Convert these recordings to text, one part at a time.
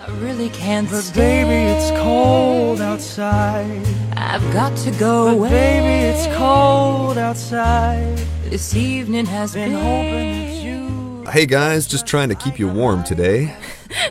I really can't But stay. baby, it's cold outside. I've got to go But away. baby, it's cold outside. This evening has been, Been hoping that you. Hey guys, just trying to keep you warm today.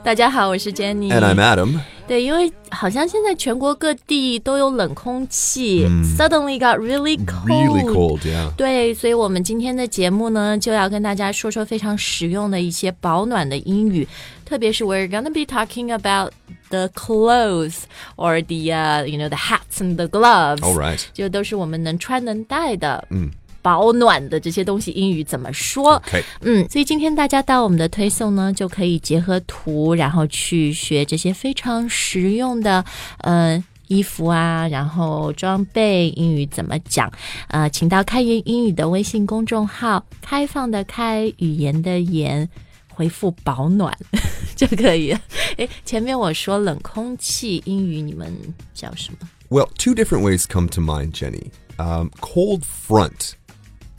大家好，我是 Jenny。 And I'm Adam. 对，因为好像现在全国各地都有冷空气、s u d d e n l y got really cold。嗯 Really cold, yeah. 对，所以我们今天的节目呢，就要跟大家说说非常实用的一些保暖的英语，特别是 we're gonna be talking about the clothes or the、uh, you know the hats and the gloves。 All right. 就都是我们能穿能戴的，嗯，保暖的这些东西，英语怎么说 OK 嗯，所以今天大家到我们的推送呢，就可以结合图，然后去学这些非常实用的，呃。衣服啊，然后装备，英语怎么讲？呃，请到开言英语的微信公众号，开放的开，语言的言，回复保暖 就可以了。诶，前面我说冷空气，英语你们叫什么？ Well, two different ways come to mind, Jenny. Um, cold front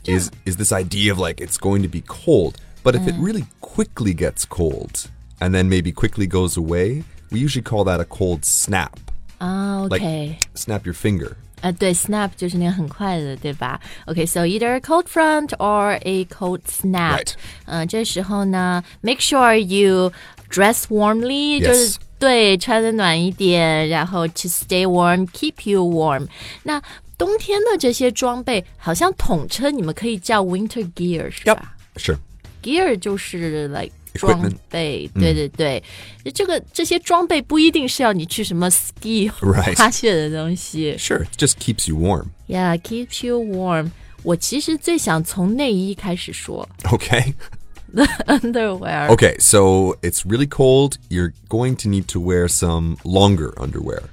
is is this idea of like it's going to be cold, but if it really quickly gets cold and then maybe quickly goes away, we usually call that a cold snap. 啊，OK、o Like k snap your finger. 啊，对，snap 就是那个很快的，对吧？OK，so、either a cold front or a cold snap。 Right 嗯、这时候呢，make sure you dress warmly，、就 Yes 是对，穿的暖一点，然后 to stay warm，keep you warm。那冬天的这些装备，好像统称你们可以叫 winter gear，是 Yep. 吧 Sure. gear 就是 like Equipment 嗯装备，对对对，这个这些装备不一定是要你去什么 ski Right 滑雪的东西。 Sure. It just keeps you warm. Yeah, keeps you warm. 我其实最想从内衣开始说 Okay. ，underwear。 Okay, so it's really cold. You're going to need to wear some longer underwear.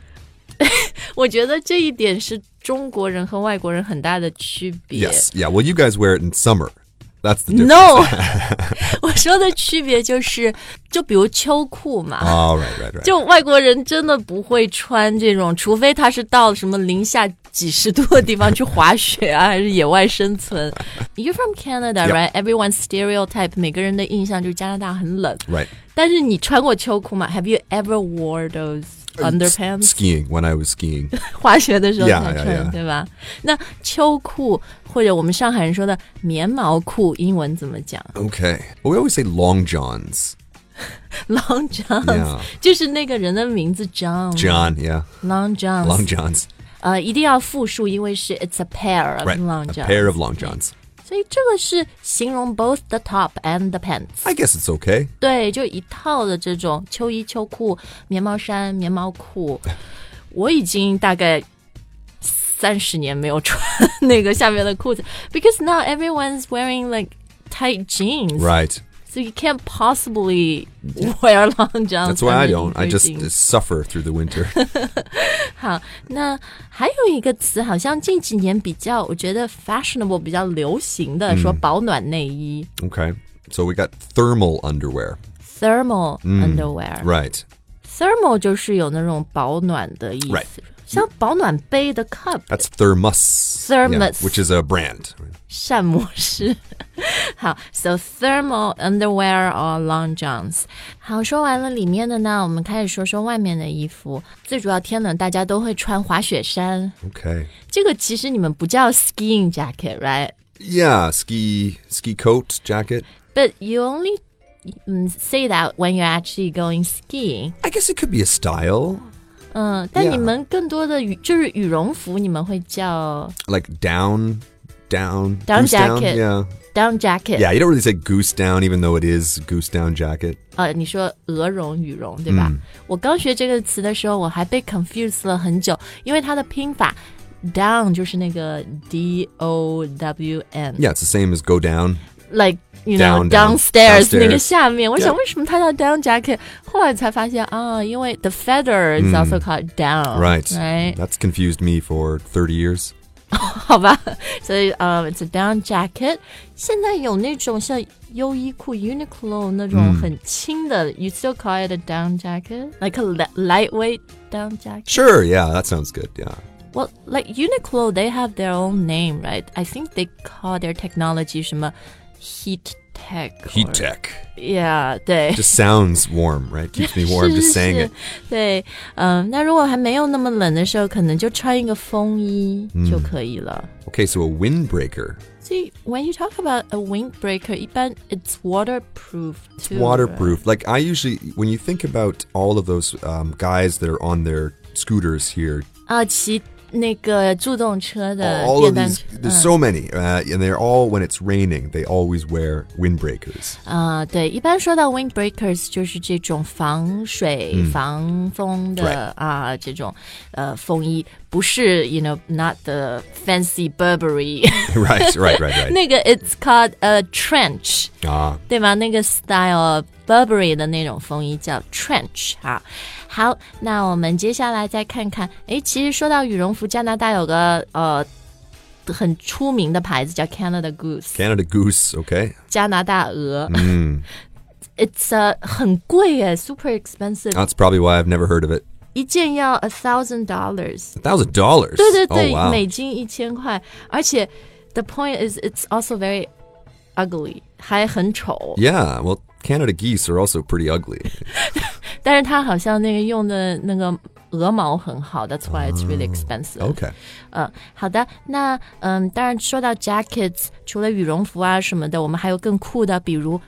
我觉得这一点是中国人和外国人很大的区别。 Yes. Yeah. Well, you guys wear it in summer. That's the difference. No，我说的区别就是，就比如秋裤嘛。 All right, right, right. 就外国人真的不会穿这种，除非他是到什么零下几十度的地方去滑雪啊，还是野外 生存。You're from Canada, Yep. right? Everyone's stereotype，每个人的印象就是加拿大很冷。 right. 但是你穿过秋裤吗？Have you ever wore those underpants？ Skiing when I was skiing. 滑雪的时候 Uh, Yeah, 才 yeah, 穿 yeah. 对吧？那秋裤或者我们上海人说的棉毛裤，英文怎么讲 Okay. Well, we always say long johns. ？Long johns，、 Yeah. 就是那个人的名字 John。 John, yeah. Long johns， Long johns. 呃，一定要复数，因为是 it's a pair of Right. long A johns， pair of long johns. 所以这个是形容 both the top and the pants。 I guess it's okay. 对，就一套的这种秋衣、秋裤、棉毛衫、棉毛 裤，我已经大概三十年没有穿那个下面的裤子，because now everyone's wearing like tight jeans，、 Right. so you can't possibly wear long johns. That's why I under don't. I your just jeans. uh, suffer through the winter. 好，那还有一个词，好像近几年比较，我觉嗯得 fashionable 比较流行的，说保暖内衣 okay. So we got thermal underwear. thermal underwear，嗯 Right. Thermal 就是有那种保暖的意思 Right 像保暖杯的 cup That's thermos. yeah, Thermos. which is a brand. 膳模式。 好，so thermal underwear or long johns。好，说完了里面的呢，我们开始说说外面的衣服。最主要天冷，大家都会穿滑雪衫。 Okay. 这个其实你们不叫 skiing jacket，right？ Yeah. Ski ski coat jacket. But you only 嗯 say that when you're actually going skiing。 I guess it could be a style 嗯，但 Yeah 你们更多的羽就是羽绒服，你们会叫 like down, down, Down goose jacket. Down, down jacket。 yeah, yeah. You don't really say goose down, even though it is goose down jacket. 呃，你说鹅绒、羽绒，对吧？我刚学这个词的时候，我还被 confused 了很久，因为它的拼法 down 就是那个 d o w n，like Yeah, it's the same as go down. you know Down, down, downstairs downstairs 那个下面。我 Yeah 想为什么它叫 down jacket？后来才发现啊，因为 the feather is also called down。Mm。 Right. Oh, Right. That's confused me for 30 years. 好吧，所以呃、i t s a down jacket。现在有那种像优衣库 Uniqlo 那种很轻的、y o u still call it a down jacket，like a li- lightweight down jacket。 Sure, yeah, that sounds good. Yeah. Well, like Uniqlo, they have their own name, right? I think they call their technology 什么 heat tech. Heat or- tech Yeah，对。 just sounds warm, right? Keeps me warm 是 just 是 saying 是 it.，对，嗯，那如果还没有那么冷的时候，可能就穿一个风衣就可以了。 Okay, so a windbreaker, 所以，when you talk about a windbreaker，一般 it's waterproof too。 waterproof. Like I usually, when you think about all of those um, guys that are on their scooters here, 啊，骑那个助动车的 all 电 of 单 these, 车。 there's so many, uh, and they're all when it's raining, they always wear windbreakers. 啊、对，一般说到 windbreakers 就是这种防水、防风的啊、这种呃风衣，不是 you know not the fancy Burberry， right, right, right, right. 那个 it's called a trench， Ah, 对吗？那个 style Burberry 的那种风衣叫 trench 哈。好，那我们接下来再看看，诶，其实说到羽绒服，加拿大有个呃很出名的牌子叫 Canada Goose， Canada Goose, okay. 加拿大鹅。 Mm, It's a 很贵耶，super expensive， that's probably why I've never heard of it. 一件要 a thousand dollars。 A thousand dollars. 对对 Oh 对， wow. 美金一千块，而且 the point is it's also very ugly，还很丑。 Yeah, well, Canada geese are also pretty ugly. 但是它好像那个用的那个鹅毛很好，That's why it's really expensive。 Okay. 嗯，好的，那嗯，当然说到 jackets，除了羽绒服啊什么的，我们还有更酷的，比如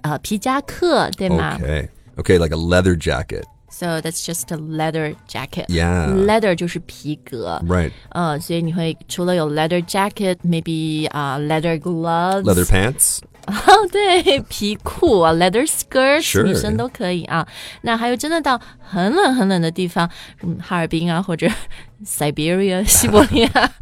呃皮夹克，对吗 Okay. Okay, like a leather jacket. So that's just a leather jacket. Yeah. Leather 就是皮革。 Right. 呃，所以你会除了有 leather jacket，maybe 啊、leather gloves， Leather pants. 哦， 对，皮裤啊，leather skirt，、 Sure 女生都可以啊。那还有真的到很冷很冷的地方，嗯，哈尔滨啊，或者 Siberia 西伯利亚，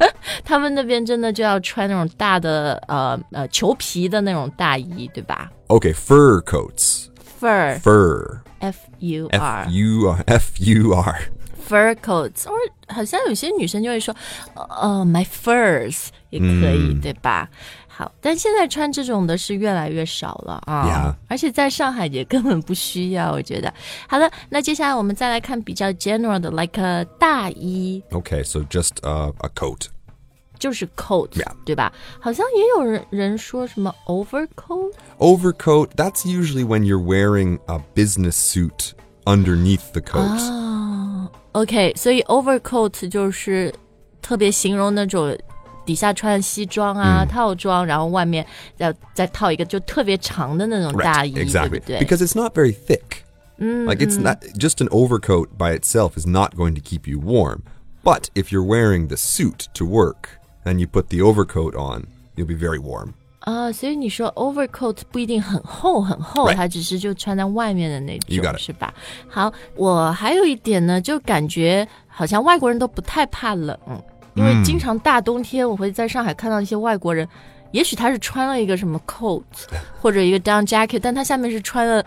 他们那边真的就要穿那种大的呃呃裘皮的那种大衣，对吧 Okay, fur coats. ？fur Fur. f u r F U R. F U R. fur coats，or 好像有些女生就会说，呃、m y furs 也可以，嗯对吧？好，但现在穿这种的是越来越少了啊 Yeah 而且在上海也根本不需要，我觉得。好的，那接下来我们再来看比较 general 的，like a 大衣， Okay, so just uh, a coat. 就是 coat，、 Yeah 对吧？好像也有人人说什么 overcoat， Overcoat, that's usually when you're wearing a business suit underneath the coat. OK，所以 overcoat 就是特别形容那种底下穿西装啊、套装，然后外面再再套一个就特别长的那种 Right, 大衣， exactly. 对不对 Because it's not very thick. Like it's not just an overcoat by itself is not going to keep you warm. But if you're wearing the suit to work and you put the overcoat on, you'll be very warm. 啊、所以你说 overcoat 不一定很厚很厚 Right 它只是就穿在外面的那 You 种 got it 是吧？好，我还有一点呢，就感觉好像外国人都不太怕冷，因为经常大冬天我会在上海看到一些外国人，也许他是穿了一个什么 coat 或者一个 down jacket，但他下面是穿了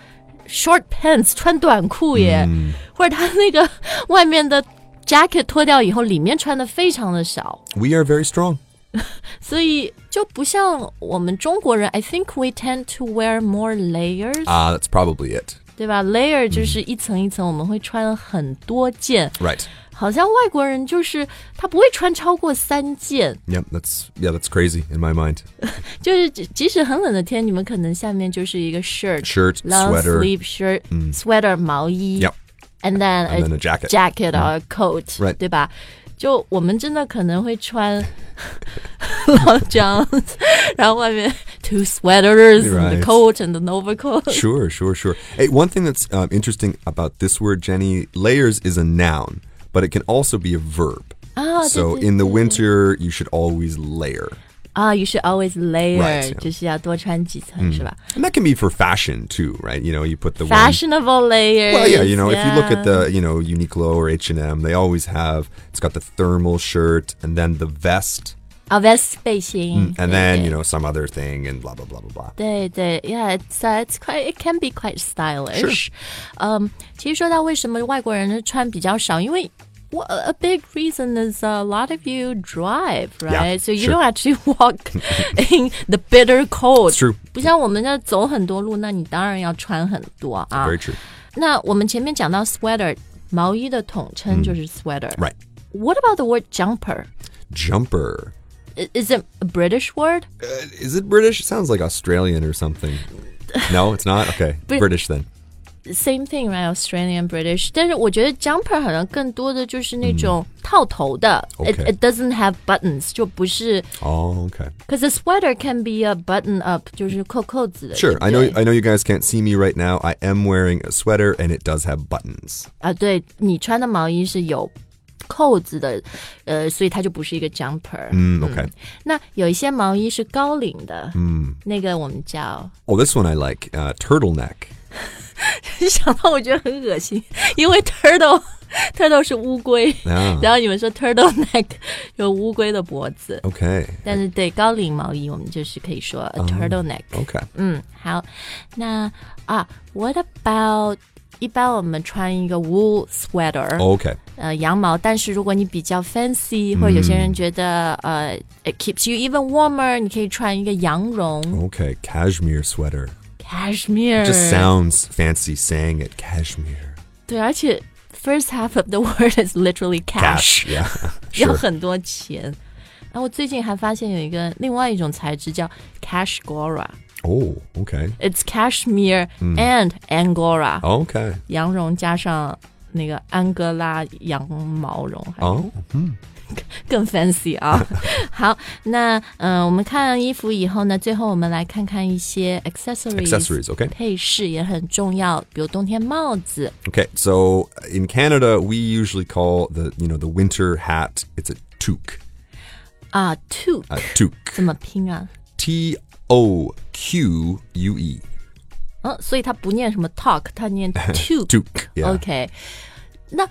short pants 穿短裤耶，嗯或者他那个外面的 jacket 脱掉以后，里面穿的非常的少。 We are very strong. 所以就不像我们中国人，I think we tend to wear more layers，、 Ah, that's probably it. 对吧？layer 就是一层一层，我们会穿很多件， Right. 好像外国人就是他不会穿超过三件， Yep, that's yeah, that's crazy in my mind. 就是即即使很冷的天，你们可能下面就是一个 shirt、 Shirt, long sweater. 嗯 sleeve shirt、sweater 毛衣 Yep. ，and then a And then a jacket. Mm-hmm jacket or a coat，、 Right. 对吧？就我们真的可能会穿 long johns，然后 外面 two sweaters、 Right. the coat and an overcoat。 Sure, sure, sure. Hey, one thing that's um, interesting about this word, Jenny, layers is a noun, but it can also be a verb. Ah, so this is- in the winter, you should always layer. 啊、y o u should always layer，、 Right, yeah. 就是要多穿几层，是吧 And that can be for fashion too, right? You know, you put the one- ？Fashionable layers。 well, yeah, you know, if you look at yeah. the, you know, Uniqlo or H and M, they always have. It's got the thermal shirt and then the vest, 啊 vest 背心 and then 对 you know some other thing and blah blah blah blah blah. 对对，Yeah, it's、uh, it's quite it can be quite stylish. 嗯、其实说到为什么外国人穿比较少，因为 wha- a big reason is a lot of you drive, right? Yeah, so you sure. don't actually walk in the bitter cold. It's true. 不像我们这走很多路，那你当然要穿很多啊。 Very true. 那我们前面讲到 sweater 毛衣的统称就是 sweater、 Right. What about the word jumper? Jumper. Uh, i- is it a British word? Is it British? It sounds like Australian or something. No, it's not. Okay, Brit- British then. Same thing, right? Australian, British. 但是我觉得 jumper 好像更多的就是那种套头的。嗯 OK It it doesn't have buttons，就不是。 Oh, okay. Cause a sweater can be a button up，就是扣扣子的。 Sure. 对不 I know. 对 I know you guys can't see me right now. I am wearing a sweater, and it does have buttons. 啊，对你穿的毛衣是有扣子的，呃，所以它就不是一个 jumper。 Mm, okay. 那有一些毛衣是高领的，嗯，那个我们叫 Oh, this one I like. Uh, turtleneck. 想到我觉得很恶心，因为 turtle turtle 是乌龟，啊然后你们说 turtle neck 有乌龟的脖子， Okay. 但是对高领毛衣我们就是可以说 a turtle neck。 Okay. 嗯，好，那啊，what about 一般我们穿一个 wool sweater，、 Okay. 呃，羊毛，但是如果你比较 fancy，或者有些人觉得、呃，it keeps you even warmer，你可以穿一个羊绒、 Okay. Cashmere sweater. cashmere。哦 Just sounds fancy saying it. Cashmere. 对，而且 first half of the word is literally Cash. cash，, Yeah. 要 sure. 很多钱。然后我最近还发现有一个另外一种材质叫 cash gora，it's Oh. Okay. cashmere and angora，、 Okay. 羊绒加上那个安哥拉羊毛绒，还 Oh. 更 fancy 啊。好，那嗯、呃我们看衣服以后呢，最后我们来看看一些 accessories。 Accessories. Okay. 配饰也很重要，比如冬天帽子 Okay, so in Canada, we usually call the you know the winter hat. It's a toque, 啊，toque、 a toque, 怎么拼啊？ T O Q U E. 嗯，所以它不念什么 talk，它念 toque。 Toque, yeah. OK，那 hat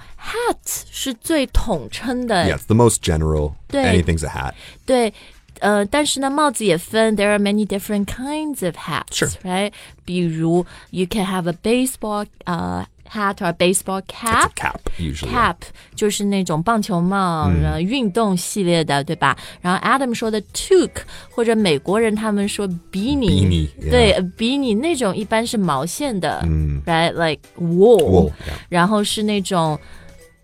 是最统称的 Yeah, it's the most general. 对。 Anything's a hat. 对，呃，但是呢，帽子也分，there are many different kinds of Sure. hats，right？比如，you can have a baseball 呃 hat or a baseball It's cap a。cap usually. yeah. Ah, Cap 就是那种棒球帽，然后运动系列的，对吧？然后 Adam 说的 toque 或者美国人他们说 beanie， Beanie，对 yeah a beanie 那种一般是毛线的，right？Like wool， Wool，yeah 然后是那种。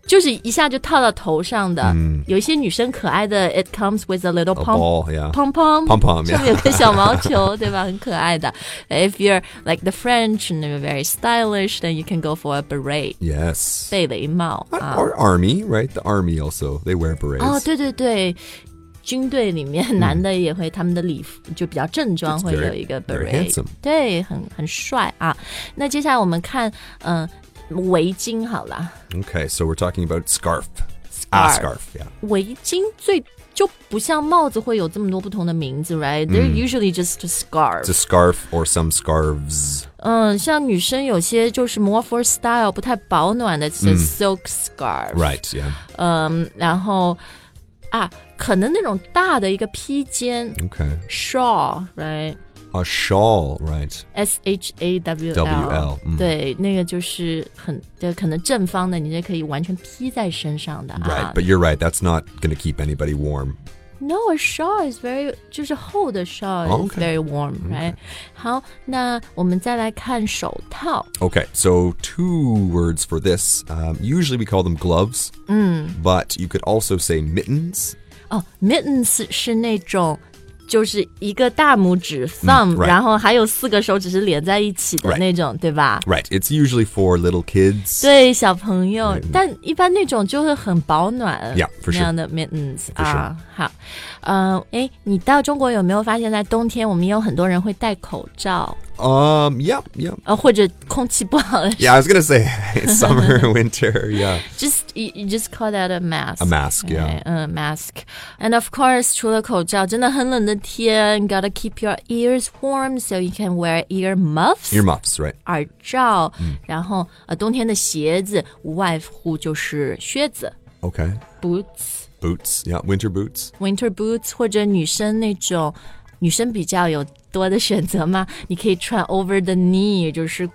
就是一下就套到头上的，有一些女生可爱的，it comes with a little A pom ball. Yeah. 砰砰 Pom-pom，上面有个小毛球，对吧？很可爱的。If you're like the French and you're very stylish, then you can go for a beret， Yes. 贝雷帽啊。 Our army, right? The army also they wear berets. 哦，对对对，军队里面男的也会，他们的礼服就比较正装，嗯 It's 会 very- 有一个 very beret， handsome 对，很很帅啊。那接下来我们看，嗯、围巾好了， Okay, so we're talking about scarf. Ah, Scarf. scarf. Yeah. 围巾最就不像帽子会有这么多不同的名字，right？They're、usually 嗯 just a scarf It's a。scarf or some scarves. 嗯，像女生有些就是 more for style 不太保暖的是 silk scarf，、Mm. Right. Yeah. 嗯，然后啊，可能那种大的一个披肩 Okay. shawl，right？ A shawl. Right. S H A W WL 嗯对，那个就是很，就可能正方的，你这可以完全披在身上的 Right. 啊。 But you're right. That's not going to keep anybody warm. No, a shawl is very，就是厚的 shawl is OK very warm, right？好，那我们再来看手套， Okay, so two words for this. Um, usually we call them gloves, but you could also say mittens. 哦，mittens 是那种。就是一个大拇指 thumb，、嗯 right 然后还有四个手指是连在一起的 Right 那种对吧？ Right, it's usually for little kids. 对小朋嗯友，但一般那种就会很保暖 Yeah, for 那 sure. 样的 mittens 啊。好，嗯，哎，你到中国有没有发现，在冬天我们也有很多人会戴口罩， Um, yep, yep. 呃，或者空气 不好的时 Yeah, I was gonna say it's summer, winter. Yeah, 候，just you you just call that a mask。 a mask. 哎 Yeah, 嗯，mask，and of course，除了口罩，真的很冷的天，gotta keep your ears warm so you can wear ear muffs。 ear 嗯 muffs. Right. 耳罩，然后呃，冬天的鞋子无外乎就是靴子 Okay. boots。 Boots. Yeah, winter boots. winter boots，或者女生那种，女生比较有多的选择嘛，你可以穿 over the knee，就是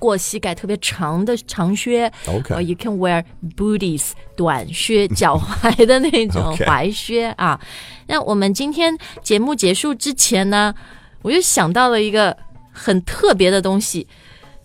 过膝盖特别长的长靴。 OK 呃 you can wear booties，短靴，脚踝的那种 OK 踝靴啊。那我们今天节目结束之前呢，我又想到了一个很特别的东西。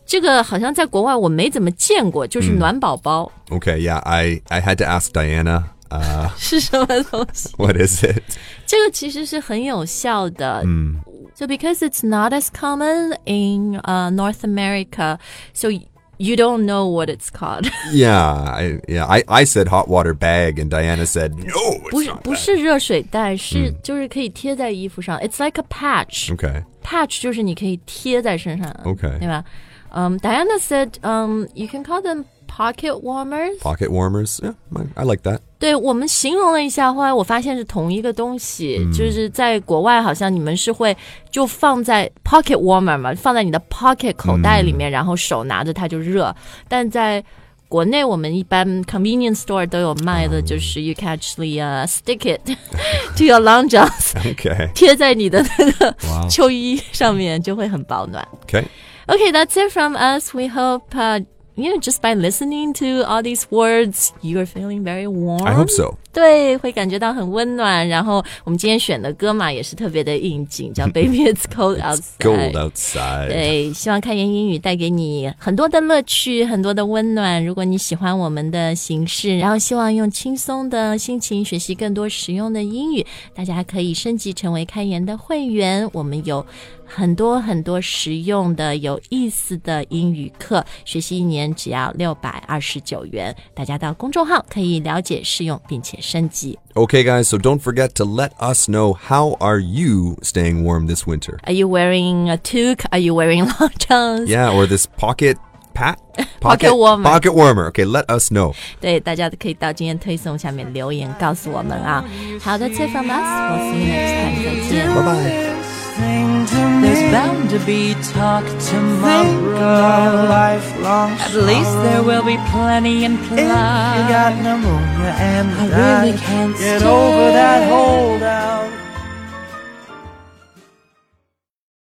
这个好嗯像在国外我没怎么见过，就是暖宝宝。 Okay. Yeah, I I had to ask Diana Uh, 是什么东西？ what is it? 这个其实是很有效的。嗯，So because it's not as common in uh North America, so you don't know what it's called. Yeah, I, yeah. I, I said hot water bag, and Diana said no. 不 It's 是 not 不 that." 是热水袋，是就是可以贴在衣服上。It's like a patch. Okay. Patch 就是你可以贴在身上。Mm. Okay. 对吧？嗯、um,，Diana said, um, you can call them pocket warmers. Pocket warmers. Yeah, I- I like that. 对我们形容了一下，后来我发现是同一个东西，嗯就是在国外好像你们是会就放在 pocket warmer 嘛，放在你的 pocket 口袋里嗯面，然后手拿着它就热。但在国内我们一般 convenience store 都有卖嗯的，就是 you can actually uh, stick it to your long johns， Okay. 贴在你的那个 Wow. 秋衣上面，就会很保暖。 Okay. Okay, that's it from us. We hope, uh, you know, just by listening to all these words, you are feeling very warm. I hope so. 对，会感觉到很温暖。然后我们今天选的歌嘛，也是特别的应景，叫 Baby It's Cold It's Outside gold。outside. 对，希望开言英语带给你很多的乐趣，很多的温暖。如果你喜欢我们的形式，然后希望用轻松的心情学习更多实用的英语，大家可以升级成为开言的会员。我们有很多很多实用的、有意思的英语课，学习一年只要六百二十九元。大家到公众号可以了解、试用并且升级。 Okay, guys. So don't forget to let us know how are you staying warm this winter. Are you wearing a toque? Are you wearing long johns? Yeah, or this pocket pat pocket, warmer. Pocket warmer. Okay, let us know. 对，大家可以到今天推送下面留言告诉我们啊。好的，That's it from us，我是 next time，再见。 Bye bye. This thing to There's me. bound to be talk Think tomorrow. our lifelong At least there will be plenty and If you got plenty. pneumonia and I really die, can't get stay. over that hold out.